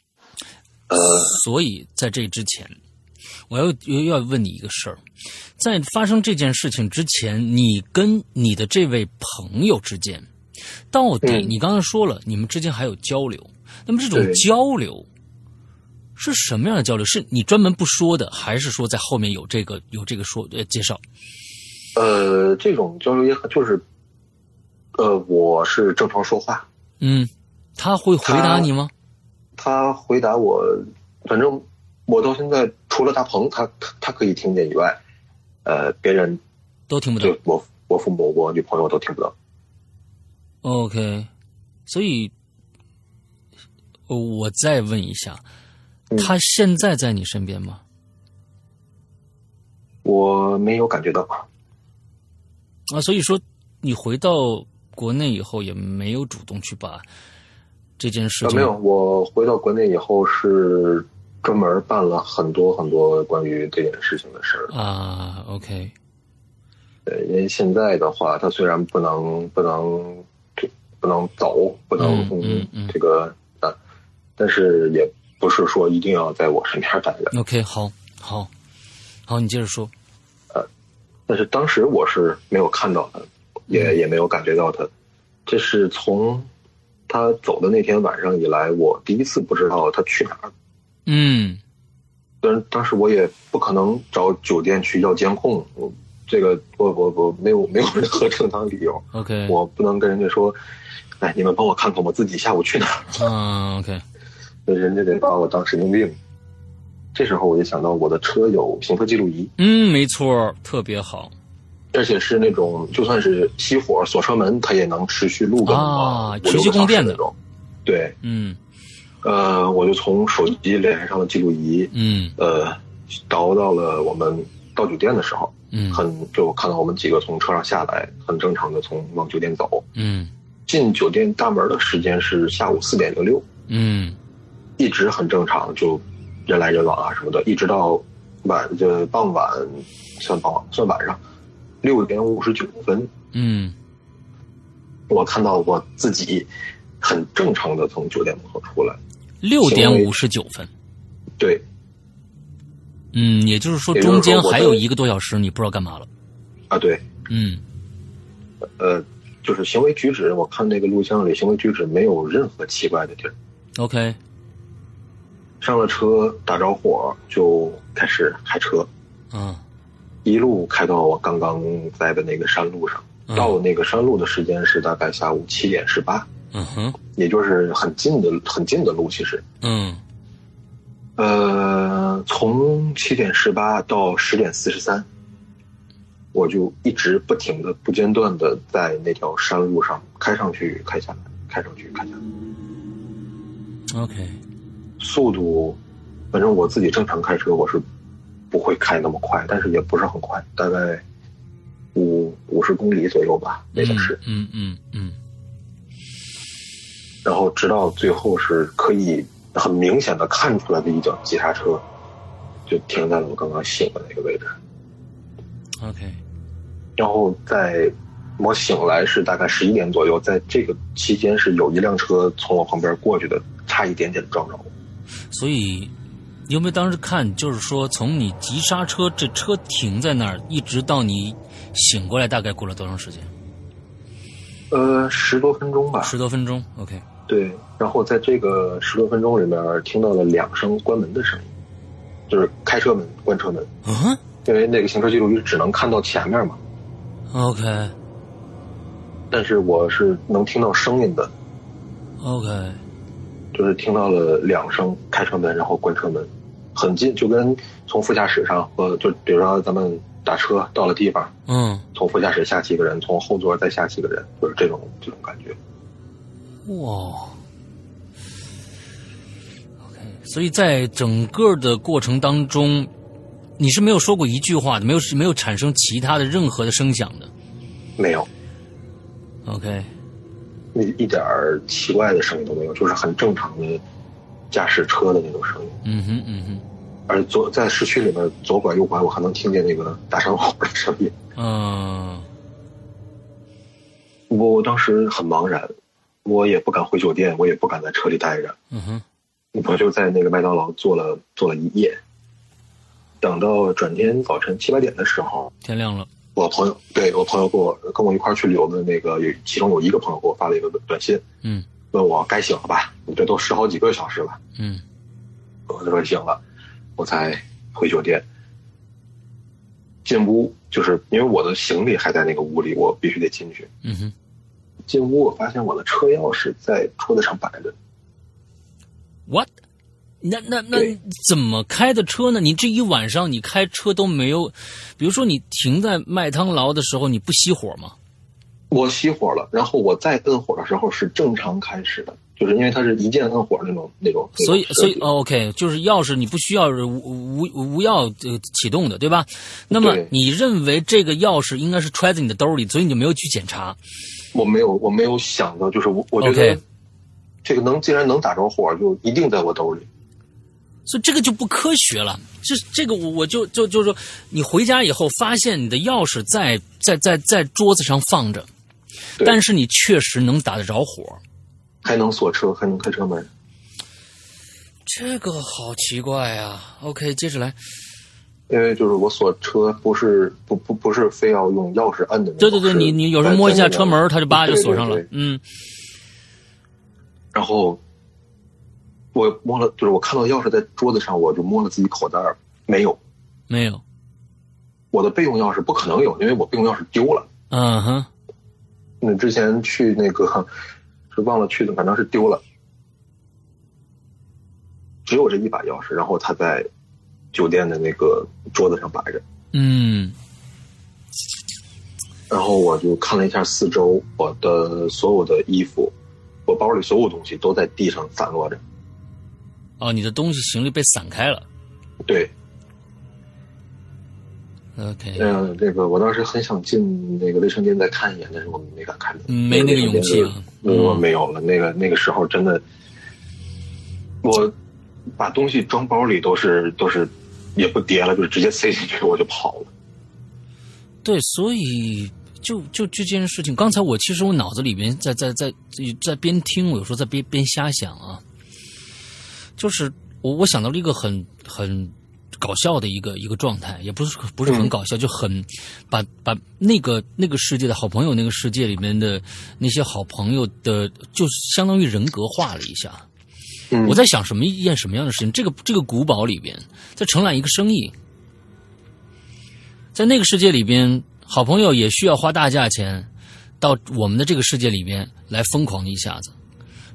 S2: 呃，
S1: 所以在这之前，我要又要问你一个事儿，在发生这件事情之前，你跟你的这位朋友之间，到底、
S2: 嗯
S1: 你刚刚说了，你们之间还有交流，那么这种
S2: 对
S1: 交流是什么样的交流？是你专门不说的，还是说在后面有这个有这个说呃介绍？
S2: 呃，这种交流也很就是，呃，我是正常说话，
S1: 嗯，他会回答你吗？
S2: 他回答我，反正我到现在除了大鹏他他他可以听见以外，呃，别人
S1: 都听不懂
S2: 对。我我父母我女朋友都听不到。
S1: OK，所以呃我再问一下，
S2: 嗯
S1: 他现在在你身边吗？
S2: 我没有感觉到，
S1: 啊，所以说你回到国内以后也没有主动去把这件事
S2: 呃，
S1: 情
S2: 没有。我回到国内以后是专门办了很多很多关于这件事情的事儿。
S1: 啊，OK，
S2: 呃，因为现在的话，他虽然不能不能不能走，不能
S1: 嗯嗯嗯
S2: 这个啊，但是也不是说一定要在我身边待着。
S1: ，OK，好，好，好，你接着说，
S2: 但是当时我是没有看到他，也也没有感觉到他。这是从他走的那天晚上以来，我第一次不知道他去哪儿。
S1: 嗯
S2: 但是当时我也不可能找酒店去要监控，我这个我我我没有没有任何正当理由，
S1: ，OK，
S2: 我不能跟人家说，哎，你们帮我看看我自己下午去哪儿，
S1: 嗯，OK，
S2: 那人家得把我当神经病。这时候我就想到我的车有行车记录仪，
S1: 嗯，没错，特别好
S2: 而且是那种就算是熄火锁车门，它也能持续录个
S1: 啊
S2: 五
S1: 持续供电的
S2: 六个小时那种。对，
S1: 嗯
S2: 呃，我就从手机连上了记录仪，
S1: 嗯
S2: 呃，倒到了我们到酒店的时候。
S1: 嗯
S2: 很就看到我们几个从车上下来，很正常的从往酒店走。
S1: 嗯
S2: 进酒店大门的时间是下午四点零六，
S1: 嗯
S2: 一直很正常，就人来人往啊什么的，一直到晚就傍晚，算傍算晚上六点五十九分，
S1: 嗯，
S2: 我看到我自己很正常的从酒店门口出来，
S1: 六点五十九分，
S2: 对，
S1: 嗯，也就是说
S2: 也就是
S1: 中间
S2: 说我
S1: 还有
S2: 的
S1: 一个多小时，你不知道干嘛了，
S2: 啊对，
S1: 嗯
S2: 呃，就是行为举止，我看那个录像里行为举止没有任何奇怪的地儿。
S1: ，OK，
S2: 上了车，打着火就开始开车，
S1: 嗯
S2: 一路开到我刚刚在的那个山路上。
S1: 嗯
S2: 到那个山路的时间是大概下午七点十八，
S1: 嗯哼，
S2: 也就是很近的很近的路，其实。
S1: 嗯
S2: 呃，从七点十八到十点四十三，我就一直不停的、不间断的在那条山路上开上去、开下来、开上去、开下来。
S1: ，OK，
S2: 速度，反正我自己正常开车我是不会开那么快，但是也不是很快，大概五五十公里左右吧，那个是。
S1: 嗯嗯嗯
S2: 然后直到最后是可以很明显的看出来的一脚急刹车，就停在了我刚刚醒的那个位置。
S1: 嗯，OK，
S2: 然后在我醒来是大概十一点左右，在这个期间是有一辆车从我旁边过去的，差一点点撞着我。
S1: 所以你有没有当时看，就是说从你急刹车，这车停在那儿，一直到你醒过来，大概过了多长时间？
S2: 呃，十多分钟吧，
S1: 十多分钟，OK，
S2: 对，然后在这个十多分钟里面，听到了两声关门的声音，就是开车门、关车门，
S1: 嗯
S2: 因为那个行车记录仪只能看到前面嘛，
S1: ，OK。
S2: 但是我是能听到声音的，
S1: OK，
S2: 就是听到了两声开车门，然后关车门，很近，就跟从副驾驶上和就比如说咱们打车到了地方，
S1: 嗯，
S2: 从副驾驶下七个人，从后座再下七个人，就是这种这种感觉。
S1: 哇，OK，所以在整个的过程当中，你是没有说过一句话的，没有没有产生其他的任何的声响的
S2: 没有，
S1: ，OK，
S2: 那一点儿奇怪的声音都没有，就是很正常的驾驶车的那种声音。
S1: 嗯哼嗯哼，
S2: 而左在市区里面左拐右拐，我还能听见那个大山吼的声音。
S1: 嗯
S2: 我我当时很茫然，我也不敢回酒店，我也不敢在车里待着，
S1: 嗯哼
S2: 我就在那个麦当劳坐了坐了一夜。等到转天早晨七八点的时候，
S1: 天亮了，
S2: 我朋友对我朋友给我跟我一块儿去旅游的那个，有其中有一个朋友给我发了一个短信，
S1: 嗯
S2: 问我该醒了吧？你这都十好几个小时了。
S1: 嗯
S2: 我就说行了，我才回酒店。进屋就是因为我的行李还在那个屋里，我必须得进去。
S1: 嗯哼，
S2: 进屋，我发现我的车钥匙在桌子上摆着。
S1: what？那那那
S2: 对
S1: 怎么开的车呢？你这一晚上你开车都没有，比如说你停在麦当劳的时候，你不熄火吗？
S2: 我熄火了，然后我再摁火的时候是正常开始的，就是因为它是一键摁火那种那种。
S1: 所以
S2: 那，种设
S1: 所
S2: 计
S1: 以哦 OK，就是钥匙你不需要无无无钥呃启动的，对吧？那么
S2: 对
S1: 你认为这个钥匙应该是揣在你的兜里，所以你就没有去检查。
S2: 我没有我没有想到，就是我我觉得
S1: OK
S2: 这个能既然能打着火，就一定在我兜里。
S1: 所以这个就不科学了。这这个我我就就就是说，你回家以后发现你的钥匙在在在在桌子上放着，
S2: 对
S1: 但是你确实能打得着火，
S2: 还能锁车，还能开车门。
S1: 这个好奇怪啊。OK，接着来，
S2: 因为就是我锁车不是不不不是非要用钥匙摁的那
S1: 对
S2: 种，
S1: 对对，
S2: 是
S1: 你你有时候摸一下车门，
S2: 在
S1: 它就叭就锁上了。
S2: 对对对
S1: 嗯
S2: 然后我摸了，就是我看到钥匙在桌子上，我就摸了自己口袋儿，没有，
S1: 没有，
S2: 我的备用钥匙不可能有，因为我备用钥匙丢了。
S1: 嗯哼，
S2: 那之前去那个是忘了去的，反正是丢了，只有这一把钥匙，然后它在酒店的那个桌子上摆着。
S1: 嗯
S2: 然后我就看了一下四周，我的所有的衣服，我包里所有东西都在地上散落着。
S1: 哦，你的东西行李被散开了。
S2: 对，
S1: OK，
S2: 嗯、这个我当时很想进那个卫生间再看一眼，但是我没敢看，
S1: 嗯没那个勇气啊
S2: 嗯，我没有了。那个那个时候真的，我把东西装包里都是都是，也不叠了，就是直接塞进去我就跑了。
S1: 对，所以就就这件事情，刚才我其实我脑子里边在在在在边听，我有时候在边边瞎想啊，就是我我想到了一个很很。搞笑的一个一个状态，也不是不是很搞笑，嗯、就很把把那个那个世界的好朋友那个世界里面的那些好朋友的，就相当于人格化了一下。
S2: 嗯、
S1: 我在想什么一件什么样的事情？这个这个古堡里边在承揽一个生意，在那个世界里边，好朋友也需要花大价钱到我们的这个世界里边来疯狂一下子。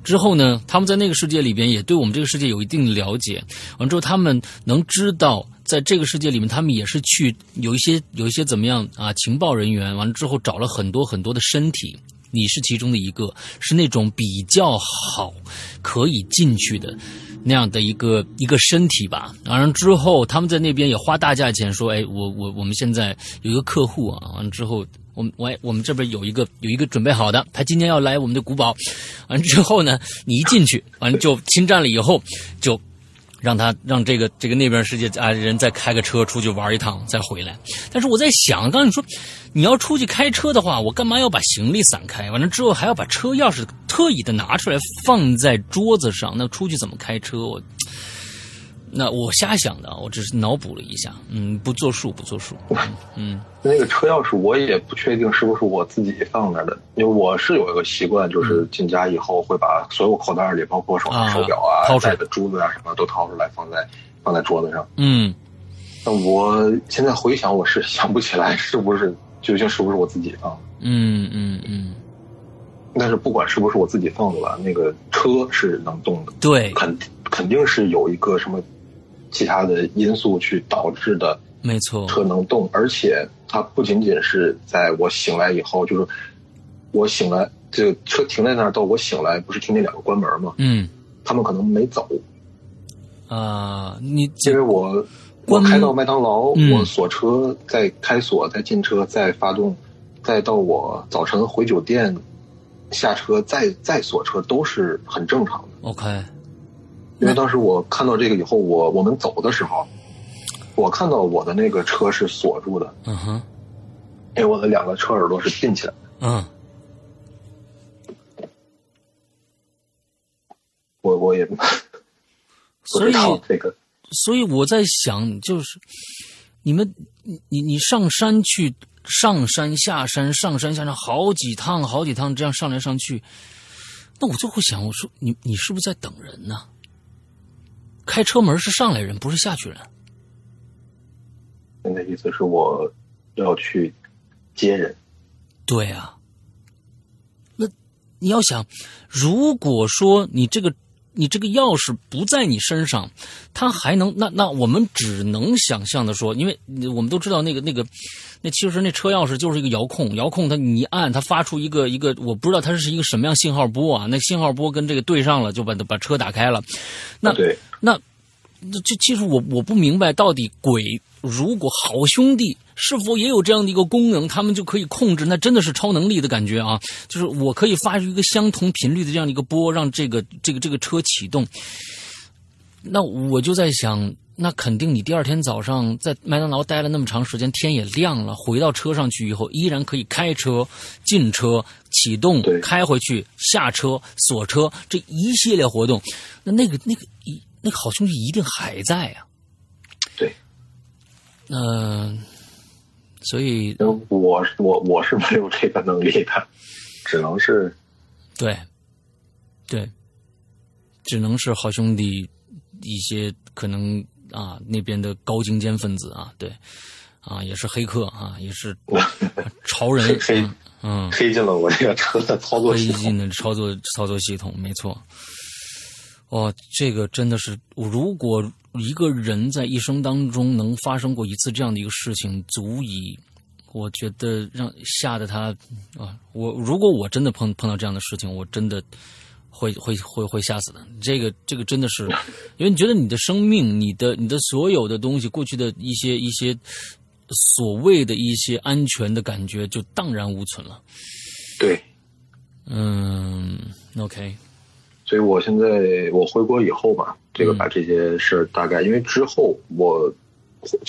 S1: 之后呢，他们在那个世界里边也对我们这个世界有一定的了解。完之后，他们能知道，在这个世界里面，他们也是去有一些有一些怎么样啊？情报人员完了之后找了很多很多的身体，你是其中的一个，是那种比较好可以进去的那样的一个一个身体吧。完了之后，他们在那边也花大价钱说：“哎，我我我们现在有一个客户啊。”完了之后。我们我我们这边有一个有一个准备好的，他今天要来我们的古堡，完之后呢，你一进去，完了就侵占了以后，就让他让这个这个那边世界啊人再开个车出去玩一趟再回来。但是我在想，刚才你说你要出去开车的话，我干嘛要把行李散开？完了之后还要把车钥匙特意的拿出来放在桌子上，那出去怎么开车？我那我瞎想的，我只是脑补了一下，嗯，不作数，不作数，嗯。
S2: 那个车钥匙我也不确定是不是我自己放那儿的，因为我是有一个习惯，就是进家以后会把所有口袋里，包括手上手表啊、
S1: 啊
S2: 戴的珠子啊什么都掏出来，放在放在桌子上。
S1: 嗯，
S2: 但我现在回想，我是 [LAUGHS] 想不起来是不是究竟是不是我自己放的、
S1: 嗯。嗯嗯嗯。
S2: 但是不管是不是我自己放的吧，那个车是能动的。
S1: 对，
S2: 肯肯定是有一个什么其他的因素去导致的。
S1: 没错，
S2: 车能动，而且它不仅仅是在我醒来以后，就是我醒来，这个车停在那儿到我醒来，不是听见两个关门吗？
S1: 嗯，
S2: 他们可能没走。
S1: 啊、呃，你
S2: 因为我我开到麦当劳，
S1: 嗯、
S2: 我锁车，再开锁，再进车，再发动，再到我早晨回酒店下车，再再锁车，都是很正常的。
S1: OK，
S2: 因为当时我看到这个以后，我我们走的时候。我看到我的那个车是锁住的，
S1: 嗯哼，
S2: 因为我的两个车耳朵是并起来的，
S1: 嗯，
S2: 我我也不知道这个，
S1: 所以我在想，就是你们，你你上山去，上山下山，上山下山好几趟，好几趟，这样上来上去，那我就会想，我说你你是不是在等人呢、啊？开车门是上来人，不是下去人。
S2: 那意思是我要去接人，
S1: 对啊。那你要想，如果说你这个你这个钥匙不在你身上，他还能那那我们只能想象的说，因为我们都知道那个那个那其实那车钥匙就是一个遥控，遥控它你一按，它发出一个一个我不知道它是一个什么样信号波啊，那信号波跟这个对上了就把把车打开了。那
S2: 对
S1: 那这其实我我不明白到底鬼。如果好兄弟是否也有这样的一个功能，他们就可以控制？那真的是超能力的感觉啊！就是我可以发出一个相同频率的这样的一个波，让这个这个这个车启动。那我就在想，那肯定你第二天早上在麦当劳待了那么长时间，天也亮了，回到车上去以后，依然可以开车、进车、启动、开回去、下车、锁车这一系列活动。那那个那个一那个好兄弟一定还在啊！
S2: 对。
S1: 嗯、呃，所以
S2: 我我我是没有这个能力的，只能是，
S1: 对，对，只能是好兄弟一些可能啊那边的高精尖分子啊，对，啊也是黑客啊，也是潮人，
S2: 黑
S1: 嗯，
S2: 黑进了我这个车的操作系
S1: 统，黑进了操作操作系统，没错。哦，这个真的是，如果一个人在一生当中能发生过一次这样的一个事情，足以，我觉得让吓得他啊！我如果我真的碰碰到这样的事情，我真的会会会会吓死的。这个这个真的是，因为你觉得你的生命、你的你的所有的东西，过去的一些一些所谓的一些安全的感觉，就荡然无存了。
S2: 对，
S1: 嗯，OK。
S2: 所以我现在我回国以后吧，这
S1: 嗯
S2: 个把这些事儿大概，因为之后我，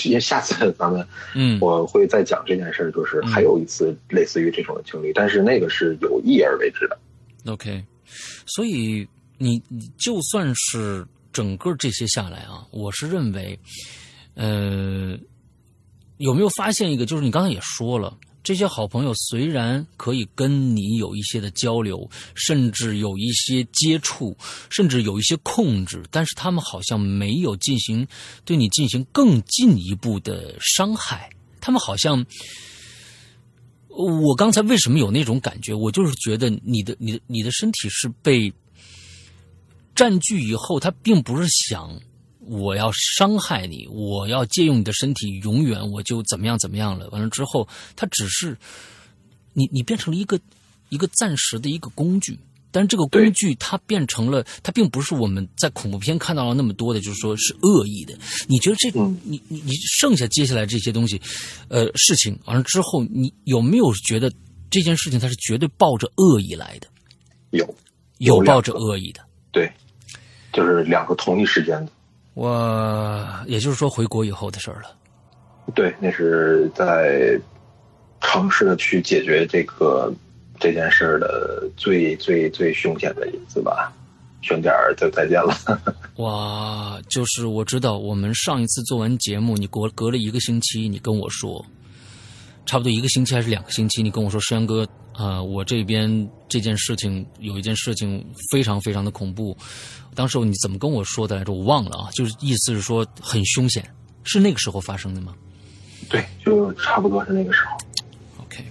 S2: 因为下次咱们，
S1: 嗯，
S2: 我会再讲这件事儿，就是还有一次类似于这种的经历，但是那个是有意而为之的。
S1: OK，所以你你就算是整个这些下来啊，我是认为，呃，有没有发现一个，就是你刚才也说了。这些好朋友虽然可以跟你有一些的交流，甚至有一些接触，甚至有一些控制，但是他们好像没有进行对你进行更进一步的伤害。他们好像，我刚才为什么有那种感觉？我就是觉得你的、你的、你的身体是被占据以后，他并不是想。我要伤害你，我要借用你的身体，永远我就怎么样怎么样了。完了之后，他只是你，你变成了一个一个暂时的一个工具，但是这个工具它变成了，它并不是我们在恐怖片看到了那么多的，就是说是恶意的。你觉得这，你你你剩下接下来这些东西，呃，事情完了之后，你有没有觉得这件事情它是绝对抱着恶意来的？
S2: 有，
S1: 有抱着恶意的，
S2: 对，就是两个同一时间的。
S1: 我也就是说，回国以后的事儿了。
S2: 对，那是在尝试的去解决这个这件事儿的最最最凶险的一次吧。兄弟儿，就再见了。 [LAUGHS]
S1: 哇，就是我知道，我们上一次做完节目，你隔隔了一个星期，你跟我说，差不多一个星期还是两个星期，你跟我说，山哥啊、呃，我这边这件事情有一件事情非常非常的恐怖。当时你怎么跟我说的来着？我忘了啊，就是意思是说很凶险，是那个时候发生的吗？
S2: 对，就差不多是那个时候。
S1: OK，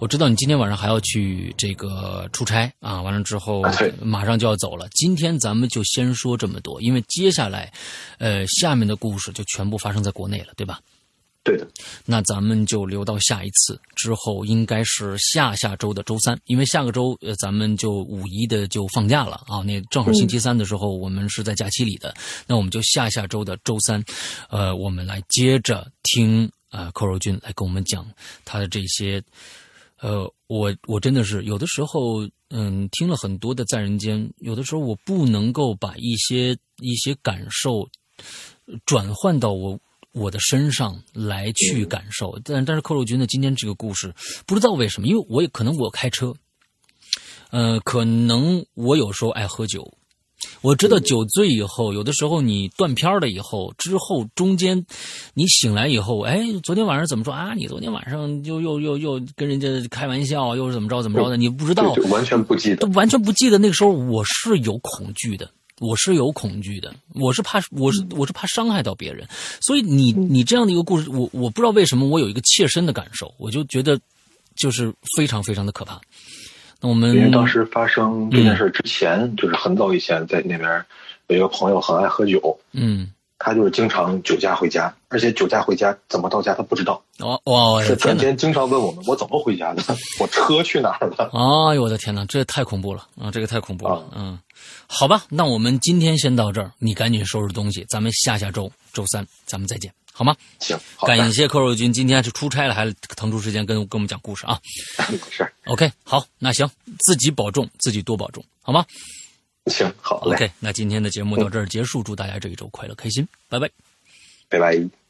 S1: 我知道你今天晚上还要去这个出差啊，完了之后马上就要走了。今天咱们就先说这么多，因为接下来，呃，下面的故事就全部发生在国内了，对吧？
S2: 对的，
S1: 那咱们就留到下一次之后，应该是下下周的周三，因为下个周呃咱们就五一的就放假了啊，那正好星期三的时候我们是在假期里的，嗯、那我们就下下周的周三，呃，我们来接着听啊、呃、寇柔君来跟我们讲他的这些，呃，我我真的是有的时候嗯听了很多的在人间，有的时候我不能够把一些一些感受转换到我。我的身上来去感受，但但是寇若君的今天这个故事，不知道为什么，因为我也可能我开车，呃，可能我有时候爱喝酒，我知道酒醉以后，有的时候你断片了以后，之后中间你醒来以后，哎，昨天晚上怎么说啊？你昨天晚上又又又又跟人家开玩笑，又是怎么着怎么着的？你不知道，
S2: 完全不记得，
S1: 完全不记得那个时候我是有恐惧的。我是有恐惧的，我是怕，我是
S2: 嗯
S1: 我是怕伤害到别人，所以你你这样的一个故事，我我不知道为什么我有一个切身的感受，我就觉得就是非常非常的可怕。那我们
S2: 因为当时发生这件事之前，嗯、就是很早以前在那边有一个朋友很爱喝酒，
S1: 嗯，
S2: 他就是经常酒驾回家，而且酒驾回家怎么到家他不知道，
S1: 哦哦，
S2: 是天天经常问我们我怎么回家的， [LAUGHS] 我车去哪儿了？
S1: 哎呦我的天哪，这太恐怖了啊，这个太恐怖了，啊、嗯。好吧，那我们今天先到这儿，你赶紧收拾东西，咱们下下周周三咱们再见，好吗？
S2: 行，
S1: 感谢寇若君今天是出差了，还腾出时间跟跟我们讲故事啊。
S2: 是
S1: ，OK，好，那行，自己保重，自己多保重，好吗？
S2: 行，好嘞。
S1: OK，那今天的节目到这儿结束，祝大家这一周快乐开心，拜拜，
S2: 拜拜。